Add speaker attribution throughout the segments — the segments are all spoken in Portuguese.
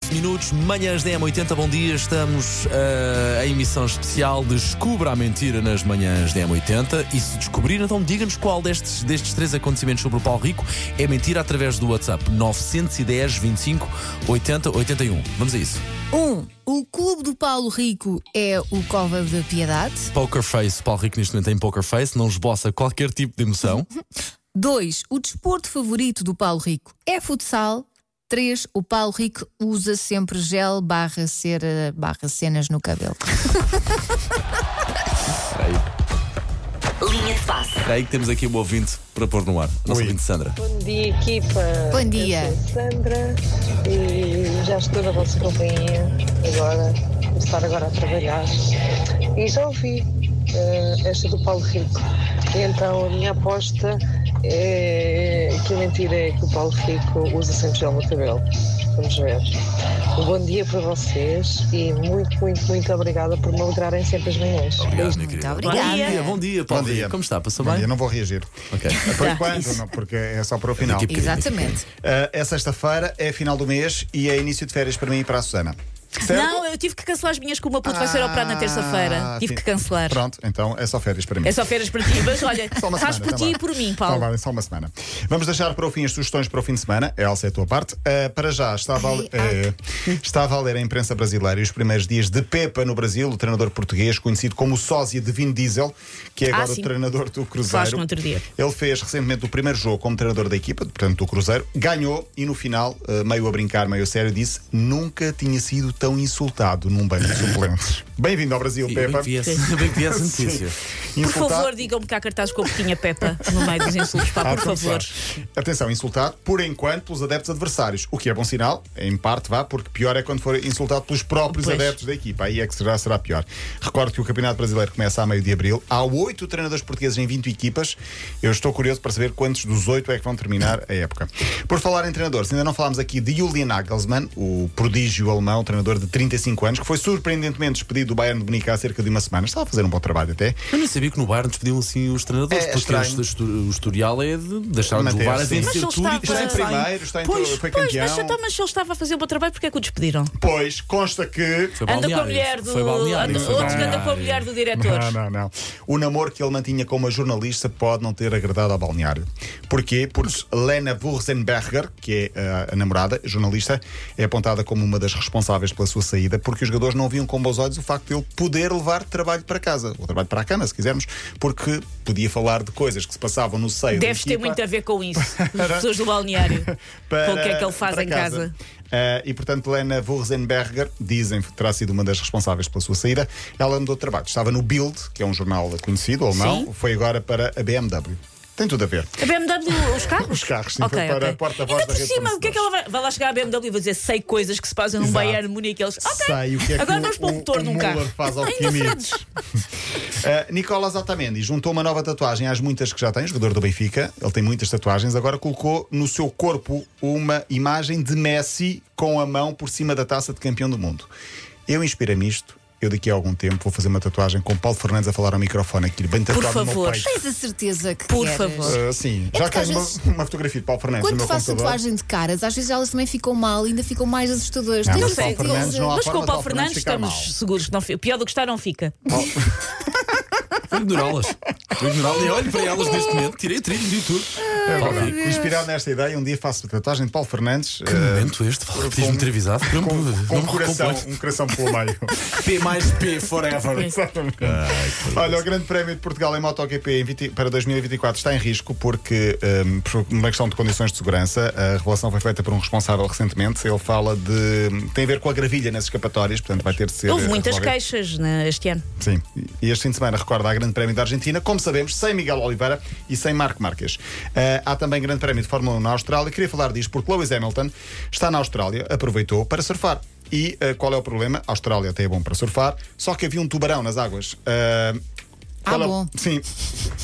Speaker 1: 13 minutos, manhãs da M80, bom dia. Estamos eh, em emissão especial Descubra a Mentira nas manhãs da M80. E se descobrir, então diga-nos qual destes, destes três acontecimentos sobre o Paulo Rico é mentira através do WhatsApp 910 25 80 81. Vamos a isso.
Speaker 2: 1. Um, o clube do Paulo Rico é o Cova da Piedade.
Speaker 1: Poker Face, Paulo Rico neste momento tem Poker Face, não esboça qualquer tipo de emoção.
Speaker 2: 2. O desporto favorito do Paulo Rico é futsal. 3. O Paulo Rico usa sempre gel barra cera barra cenas no cabelo.
Speaker 3: Linha de passe.
Speaker 1: Espera aí que temos aqui um ouvinte para pôr no ar, nosso
Speaker 4: Oi.
Speaker 1: ouvinte Sandra.
Speaker 5: Bom dia, equipa.
Speaker 2: Bom dia.
Speaker 5: Eu sou a Sandra e já estou na vossa companhia agora, começar agora a trabalhar. E já ouvi eh, esta do Paulo Rico. E então a minha aposta é que a mentira é que o Paulo Rico usa sempre gel no cabelo. Vamos ver. Um bom dia para vocês e muito, muito, muito obrigada por me alegrarem sempre as manhãs.
Speaker 1: Obrigado, minha
Speaker 2: Muito
Speaker 1: querida.
Speaker 2: obrigada.
Speaker 1: Bom dia, bom dia, Paulo
Speaker 4: Bom dia.
Speaker 1: Rico. Como está? Passou
Speaker 4: Bom
Speaker 1: bem?
Speaker 4: dia, não vou reagir.
Speaker 1: Ok.
Speaker 4: Por enquanto, não, porque é só para o final.
Speaker 6: Tipo.
Speaker 1: Daqui a
Speaker 2: Exatamente.
Speaker 4: Ah, é sexta-feira, é final do mês e é início de férias para mim e para a Susana. Certo?
Speaker 6: Não, eu tive que cancelar as minhas que o meu puto vai ser operado na
Speaker 4: Ah,
Speaker 6: terça-feira. Tive
Speaker 4: sim.
Speaker 6: que cancelar.
Speaker 4: Pronto, então é só férias para mim.
Speaker 6: É só férias para ti, mas olha,
Speaker 4: Só uma
Speaker 6: faz
Speaker 4: semana, tá
Speaker 6: por ti
Speaker 4: bem.
Speaker 6: e por mim,
Speaker 4: Tá
Speaker 6: Paulo.
Speaker 4: bem, só uma semana. Vamos deixar para o fim as sugestões para o fim de semana. Elsa, é a tua parte. Ah, para já, estava a, eh, estava a ler a imprensa brasileira e os primeiros dias de Pepa no Brasil, o treinador português, conhecido como o sósia de Vin Diesel, que é
Speaker 6: Ah,
Speaker 4: agora o
Speaker 6: sim.
Speaker 4: treinador do
Speaker 6: Falaste
Speaker 4: Cruzeiro.
Speaker 6: no outro dia.
Speaker 4: Ele fez recentemente o primeiro jogo como treinador da equipa, portanto do Cruzeiro, ganhou e no final, eh, meio a brincar, meio a sério, disse: Nunca tinha sido tão insultado num banco de suplentes. Bem-vindo ao Brasil,
Speaker 1: E
Speaker 4: Pepa.
Speaker 1: Bem que viesse bem que viesse a notícia.
Speaker 6: Por
Speaker 4: Insultado-
Speaker 6: favor, digam-me que há cartazes com a boquinha Peppa no meio dos insultos, pá,
Speaker 4: Ah,
Speaker 6: por
Speaker 4: então,
Speaker 6: favor.
Speaker 4: sabe. Atenção, insultado por enquanto pelos adeptos adversários, o que é bom sinal, em parte vá, porque pior é quando for insultado pelos próprios
Speaker 6: Pois.
Speaker 4: adeptos da equipa, aí é que será, será pior. Recordo que o Campeonato Brasileiro começa a meio de abril, há oito treinadores portugueses em 20 equipas, eu estou curioso para saber quantos dos oito é que vão terminar a época. Por falar em treinadores, ainda não falámos aqui de Julian Nagelsmann, o prodígio alemão, treinador de 35 anos, que foi surpreendentemente despedido do Bayern de Munique há cerca de uma semana, estava a fazer um bom trabalho até,
Speaker 1: Eu nem sabia que no Bayern despediam assim os treinadores,
Speaker 4: É
Speaker 1: porque
Speaker 4: estranho.
Speaker 1: o estu- o historial é de deixar de
Speaker 4: Manter-se,
Speaker 1: levar a
Speaker 4: sim.
Speaker 1: vencer
Speaker 6: Mas
Speaker 1: tudo
Speaker 6: ele
Speaker 1: e depois
Speaker 6: estava- assim.
Speaker 1: saem.
Speaker 4: primeiro, está em
Speaker 6: é. Pois,
Speaker 4: tu- foi
Speaker 6: pois,
Speaker 4: campeão.
Speaker 6: mas então, mas se ele estava a fazer o bom trabalho, porque é que o despediram?
Speaker 4: pois consta que...
Speaker 1: Foi
Speaker 6: Anda com a
Speaker 1: balneário.
Speaker 6: mulher do.
Speaker 1: Foi balneário.
Speaker 6: anda-
Speaker 1: foi
Speaker 6: Outro que anda com a
Speaker 1: balneário.
Speaker 6: mulher do diretor.
Speaker 4: Não, não, não. O namoro que ele mantinha com uma jornalista pode não ter agradado ao balneário. Porquê? Porque Lena Wurzenberger, que é ah, a namorada, jornalista, é apontada como uma das responsáveis pela sua saída, porque os jogadores não viam com bons olhos o facto de ele poder levar trabalho para casa, ou trabalho para a cama, se quisermos, porque podia falar de coisas que se passavam no seio da
Speaker 6: Deves ter
Speaker 4: equipa
Speaker 6: muito a ver com isso. As pessoas do balneário. com o que é que ele faz
Speaker 4: para
Speaker 6: em casa.
Speaker 4: Ah, e portanto, Lena Wurzenberger, dizem que terá sido uma das responsáveis pela sua saída, ela mudou de trabalho. Estava no Bild, que é um jornal conhecido, alemão,
Speaker 6: Sim.
Speaker 4: foi agora para a BMW. Tem tudo a ver.
Speaker 6: A BMW, os carros?
Speaker 4: Os carros, sim,
Speaker 6: Ok,
Speaker 4: foi para
Speaker 6: ok.
Speaker 4: a porta-voz
Speaker 6: Ainda
Speaker 4: da
Speaker 6: por
Speaker 4: rede
Speaker 6: cima, o que é que ela vai, vai lá chegar à BMW e vai dizer sei coisas que se fazem num
Speaker 4: Exato.
Speaker 6: Bayern de Munique? Eles, ok,
Speaker 4: Sei o que é que
Speaker 6: agora
Speaker 4: o-
Speaker 6: vamos para o
Speaker 4: o-
Speaker 6: motor
Speaker 4: o
Speaker 6: de um
Speaker 4: Müller
Speaker 6: carro.
Speaker 4: faz ao
Speaker 6: Ainda
Speaker 4: Kimi.
Speaker 6: fazes.
Speaker 4: Uh, Nicolas Otamendi juntou uma nova tatuagem às muitas que já tem, jogador do Benfica. Ele tem muitas tatuagens. Agora colocou no seu corpo uma imagem de Messi com a mão por cima da taça de campeão do mundo. Eu inspiro-me nisto. Eu daqui a algum tempo vou fazer uma tatuagem com Paulo Fernandes a falar ao microfone aqui, bem tatuado no meu
Speaker 6: favor.
Speaker 4: peito.
Speaker 2: Tens a certeza que
Speaker 6: Por
Speaker 2: queres.
Speaker 6: favor.
Speaker 4: Uh, sim,
Speaker 2: É
Speaker 4: já
Speaker 2: porque às
Speaker 4: tenho uma,
Speaker 2: vezes-
Speaker 4: é uma fotografia de Paulo Fernandes no
Speaker 2: Quando
Speaker 4: meu
Speaker 2: faço
Speaker 4: computador.
Speaker 2: tatuagem de caras, às vezes elas também ficam mal, ainda ficam mais assustadoras.
Speaker 4: Não,
Speaker 2: Tens
Speaker 4: mas
Speaker 2: a
Speaker 4: Paulo
Speaker 2: certeza?
Speaker 4: Fernandes não há
Speaker 6: Mas com
Speaker 4: forma
Speaker 6: o
Speaker 4: de
Speaker 6: Paulo
Speaker 4: Paulo
Speaker 6: Fernandes
Speaker 4: Fernandes ficar
Speaker 6: estamos
Speaker 4: mal.
Speaker 6: seguros que não fi- Pior do que está, não fica.
Speaker 1: Vou ignorá-las. Vou ignorá-las. E olho para elas neste momento. Tirei trilho de tudo.
Speaker 4: É verdade. Inspirado nesta ideia, um dia faço a tatuagem de Paulo Fernandes. eh,
Speaker 1: Que momento este? Repetismo entrevisado. Não
Speaker 4: Com,
Speaker 1: me-
Speaker 4: com
Speaker 1: não
Speaker 4: um
Speaker 1: me
Speaker 4: coração,
Speaker 1: recomponho.
Speaker 4: um coração pelo meio.
Speaker 1: P mais P
Speaker 4: É,
Speaker 1: forever.
Speaker 4: Exatamente. Olha, o Grande Prémio de Portugal em MotoGP em 20 para 2024 está em risco porque, hum, por uma questão de condições de segurança, a revelação foi feita por um responsável recentemente. Ele fala de. hum, tem a ver com a gravilha nas escapatórias, portanto vai ter de
Speaker 2: É,
Speaker 4: ser.
Speaker 6: Houve muitas
Speaker 4: resolvido.
Speaker 6: queixas né, este ano.
Speaker 4: Sim, e este fim de semana recorda a Grande Prémio da Argentina, como sabemos, sem Miguel Oliveira e sem Marco Marques. Ah, há também Grande Prémio de Fórmula 1 na Austrália. Queria falar disto porque Lewis Hamilton está na Austrália, aproveitou para surfar. E ah, qual é o problema? A Austrália até é bom para surfar, só que havia um tubarão nas águas. Ah,
Speaker 2: Ah,
Speaker 4: qual é-
Speaker 2: bom.
Speaker 4: Sim,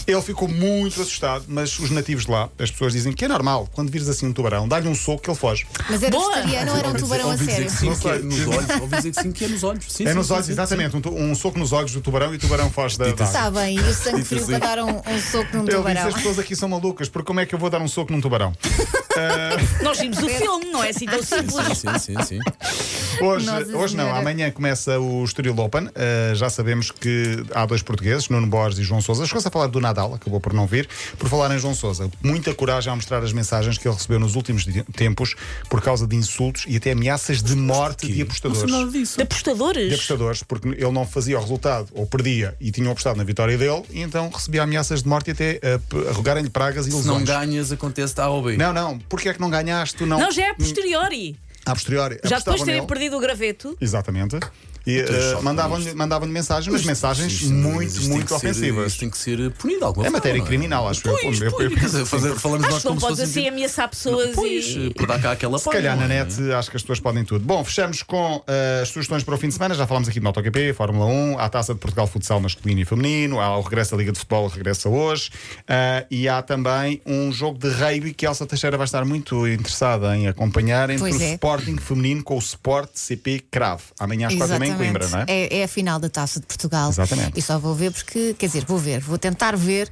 Speaker 4: ele ficou muito assustado, mas os nativos de lá, as pessoas dizem que é normal, quando vires assim um tubarão, dá-lhe um soco que ele foge.
Speaker 2: Mas era
Speaker 6: Boa.
Speaker 2: vegetariano ou era um
Speaker 1: Ouvi dizer-
Speaker 2: tubarão a
Speaker 1: ouvi dizer
Speaker 2: sério?
Speaker 1: que sim,
Speaker 4: Não
Speaker 1: que é
Speaker 4: sei.
Speaker 1: nos olhos. Ouvi dizer que sim, que é nos olhos. Sim,
Speaker 4: É
Speaker 1: sim,
Speaker 4: nos
Speaker 1: sim,
Speaker 4: olhos,
Speaker 1: sim.
Speaker 4: exatamente, um, tu- um soco nos olhos do tubarão e o tubarão foge da, da água.
Speaker 2: Está Tá bem, e o sangue frio
Speaker 1: assim.
Speaker 2: para dar um, um soco num
Speaker 4: Ele
Speaker 2: tubarão.
Speaker 4: disse: as pessoas aqui são malucas, porque como é que eu vou dar um soco num tubarão?
Speaker 6: Nós vimos o filme, não é assim tão simples.
Speaker 1: Sim, sim, sim. sim.
Speaker 4: Hoje,
Speaker 2: Nossa
Speaker 4: hoje não,
Speaker 2: Senhora.
Speaker 4: amanhã começa o Estoril Open. Eh, já sabemos que há dois portugueses, Nuno Borges e João Sousa. Chegou-se a falar do Nadal, acabou por não vir. Por falar em João Sousa, muita coragem a mostrar as mensagens que ele recebeu nos últimos di- tempos por causa de insultos e até ameaças de morte de apostadores.
Speaker 6: De apostadores?
Speaker 4: De apostadores, porque ele não fazia o resultado ou perdia e tinham apostado na vitória dele, e então recebia ameaças de morte e até eh, p- arrogarem-lhe pragas e
Speaker 1: Se não
Speaker 4: ilusões.
Speaker 1: ganhas, acontece A ou B.
Speaker 4: Não, não, porque é que não ganhaste? Tu não.
Speaker 6: Não, já é a posteriori.
Speaker 4: A posteriori.
Speaker 6: Já
Speaker 4: apostavam
Speaker 6: depois de terem
Speaker 4: nele.
Speaker 6: perdido o graveto.
Speaker 4: Exatamente. E
Speaker 1: tens
Speaker 4: eh,
Speaker 1: sorte com
Speaker 4: mandavam-lhe
Speaker 1: isto.
Speaker 4: mandavam mensagens, mas mensagens
Speaker 1: Isto- isto-
Speaker 4: muito,
Speaker 1: isto tem
Speaker 4: muito
Speaker 1: que ser-
Speaker 4: ofensivas.
Speaker 1: Isto tem que ser eh, punido de alguma
Speaker 4: é
Speaker 1: forma,
Speaker 4: matéria
Speaker 1: não
Speaker 4: criminal, acho
Speaker 1: Pois,
Speaker 4: eu.
Speaker 1: pois, quer dizer, fazer- falamos
Speaker 6: Acho
Speaker 1: nós
Speaker 6: que não
Speaker 1: como se
Speaker 6: podes
Speaker 1: fosse
Speaker 4: tipo-
Speaker 6: assim ameaçar pessoas
Speaker 1: Pois, eh,
Speaker 6: e.
Speaker 1: por dar cá aquela é?
Speaker 4: Se calhar na net acho que as pessoas podem tudo. Bom, fechamos com eh, as sugestões para o fim de semana. Já falámos aqui do MotoGP, Fórmula 1, há a Taça de Portugal Futsal masculino e feminino, há o regresso da Liga de Futebol, regressa hoje, eh, e há também um jogo de rugby que a Elsa Teixeira vai estar muito interessada em acompanhar entre
Speaker 2: Pois
Speaker 4: o
Speaker 2: é.
Speaker 4: Sporting feminino com o Sport CP Crave. Amanhã às quatro da manhã em Coimbra, não é?
Speaker 2: É, a final da Taça de Portugal.
Speaker 4: Exatamente.
Speaker 2: E só vou ver porque, quer dizer, vou ver, vou tentar ver,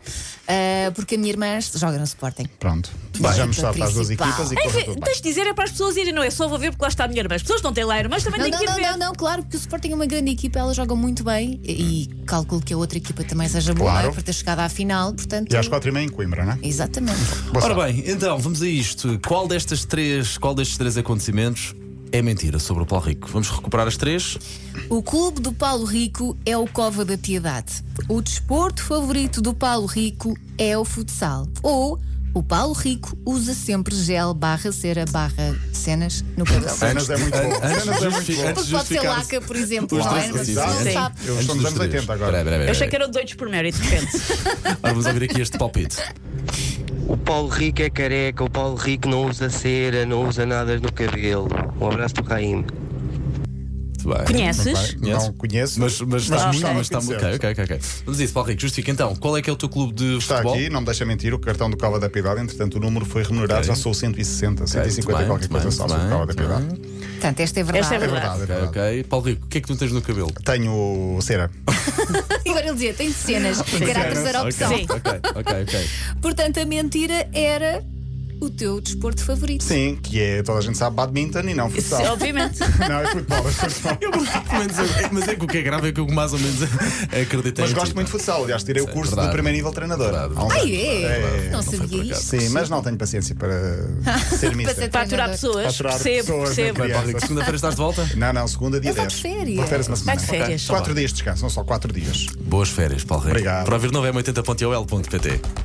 Speaker 2: ah, porque a minha irmã joga no Sporting.
Speaker 4: Pronto. Desejamos
Speaker 2: Vai.
Speaker 4: sorte às duas
Speaker 2: Principal.
Speaker 4: equipas e corra
Speaker 6: Enfim,
Speaker 4: tudo bem.
Speaker 6: tens de dizer é para as pessoas irem, não é só vou ver porque lá está a minha irmã. As pessoas não têm lá irmãs, também
Speaker 2: Não,
Speaker 6: têm
Speaker 2: não,
Speaker 6: que ir
Speaker 2: não,
Speaker 6: ver.
Speaker 2: não, não, claro, porque o Sporting é uma grande equipa, elas jogam muito bem e, e calculo que a outra equipa também seja boa
Speaker 4: Claro.
Speaker 2: não é? por ter chegado à final, portanto.
Speaker 4: E às quatro e meia em Coimbra, não é?
Speaker 2: Exatamente.
Speaker 4: Boa
Speaker 1: Ora
Speaker 4: sorte.
Speaker 1: bem, então vamos a isto. Qual destas três, qual destes três acontecimentos é mentira sobre o Paulo Rico? Vamos recuperar as três.
Speaker 2: O clube do Paulo Rico é o Cova da Piedade. O desporto favorito do Paulo Rico é o futsal. Ou o Paulo Rico usa sempre gel barra cera barra cenas no cabelo.
Speaker 4: Cenas é muito bom.
Speaker 1: Antes
Speaker 4: Cenas é
Speaker 1: de
Speaker 4: muito
Speaker 1: justificar- antes de
Speaker 2: Porque
Speaker 4: bom.
Speaker 2: pode ser
Speaker 1: justificar-
Speaker 2: laca, por exemplo,
Speaker 1: Os
Speaker 2: não é?
Speaker 1: três-
Speaker 2: Mas
Speaker 1: sim,
Speaker 2: não
Speaker 6: sim.
Speaker 2: sabe.
Speaker 4: Eu
Speaker 1: Antes
Speaker 4: estou nos
Speaker 1: dos
Speaker 4: anos
Speaker 1: três.
Speaker 4: 80 agora.
Speaker 1: Peraí, peraí, peraí,
Speaker 6: Eu achei que
Speaker 1: peraí.
Speaker 6: eram doidos por mérito, de repente.
Speaker 1: Ora, vamos ouvir aqui este palpite.
Speaker 3: O Paulo Rico é careca, o Paulo Rico não usa cera, não usa nada no cabelo. Um abraço para o Raim.
Speaker 1: Muito bem.
Speaker 6: Conheces?
Speaker 4: Não,
Speaker 1: Conheces?
Speaker 4: conheço.
Speaker 1: Mas, mas está
Speaker 4: gostava
Speaker 1: muito,
Speaker 4: de
Speaker 1: mas está muito.
Speaker 4: conhecer.
Speaker 1: Ok, ok, ok. Vamos a isso, Paulo Rico, justifica então. Qual é que é o teu clube de
Speaker 4: Está
Speaker 1: futebol?
Speaker 4: aqui, não me deixa mentir, o cartão do Cova da Piedade, entretanto o número foi remunerado,
Speaker 1: Ok.
Speaker 4: já sou 160, 150
Speaker 1: bem,
Speaker 4: qualquer
Speaker 1: muito
Speaker 4: coisa
Speaker 1: bem,
Speaker 4: só
Speaker 1: muito
Speaker 4: sobre o
Speaker 1: bem,
Speaker 4: Cova da
Speaker 1: muito
Speaker 4: Piedade.
Speaker 2: Portanto, esta é
Speaker 6: Esta é
Speaker 2: verdade.
Speaker 6: verdade.
Speaker 4: é
Speaker 1: Ok, ok. Paulo Rico, o que é que tu tens no cabelo?
Speaker 4: Tenho cera.
Speaker 2: E agora ele dizia, tem cenas, que era a terceira opção.
Speaker 1: Ok, ok, ok, ok.
Speaker 2: Portanto, a mentira era o teu desporto favorito.
Speaker 4: Sim, que é, toda a gente sabe, badminton e não
Speaker 6: Isso,
Speaker 4: futsal.
Speaker 6: obviamente.
Speaker 4: não, é futebol, é futebol.
Speaker 1: Eu, pelo menos, eu- mas é que o que é grave é que eu mais ou menos acredito
Speaker 4: Mas
Speaker 1: em ti,
Speaker 4: gosto muito de
Speaker 1: pá.
Speaker 4: futsal, aliás, tirei o curso
Speaker 1: verdade.
Speaker 4: de primeiro nível treinador.
Speaker 1: Verdade.
Speaker 4: Há uns
Speaker 2: Ai,
Speaker 4: anos.
Speaker 2: é? não
Speaker 1: foi por
Speaker 2: sabia
Speaker 1: acaso.
Speaker 2: isto.
Speaker 4: Sim, mas não tenho paciência para ser
Speaker 2: Para ser
Speaker 4: mister.
Speaker 6: Para aturar pessoas,
Speaker 4: Aturar
Speaker 6: percebo,
Speaker 4: pessoas, não
Speaker 6: percebo.
Speaker 1: Bem, Paulo Rico, segunda-feira estás de volta?
Speaker 4: Não, não, segunda dia
Speaker 2: Ele vai
Speaker 4: 10.
Speaker 2: de férias.
Speaker 4: Vou férias uma
Speaker 6: Vai
Speaker 4: semana.
Speaker 6: de férias.
Speaker 1: Ok.
Speaker 4: Quatro dias de descanso, são só quatro dias.
Speaker 1: Boas férias, Paulo Rico.
Speaker 4: Obrigado.
Speaker 1: Para ouvir novo é 80.ol.pt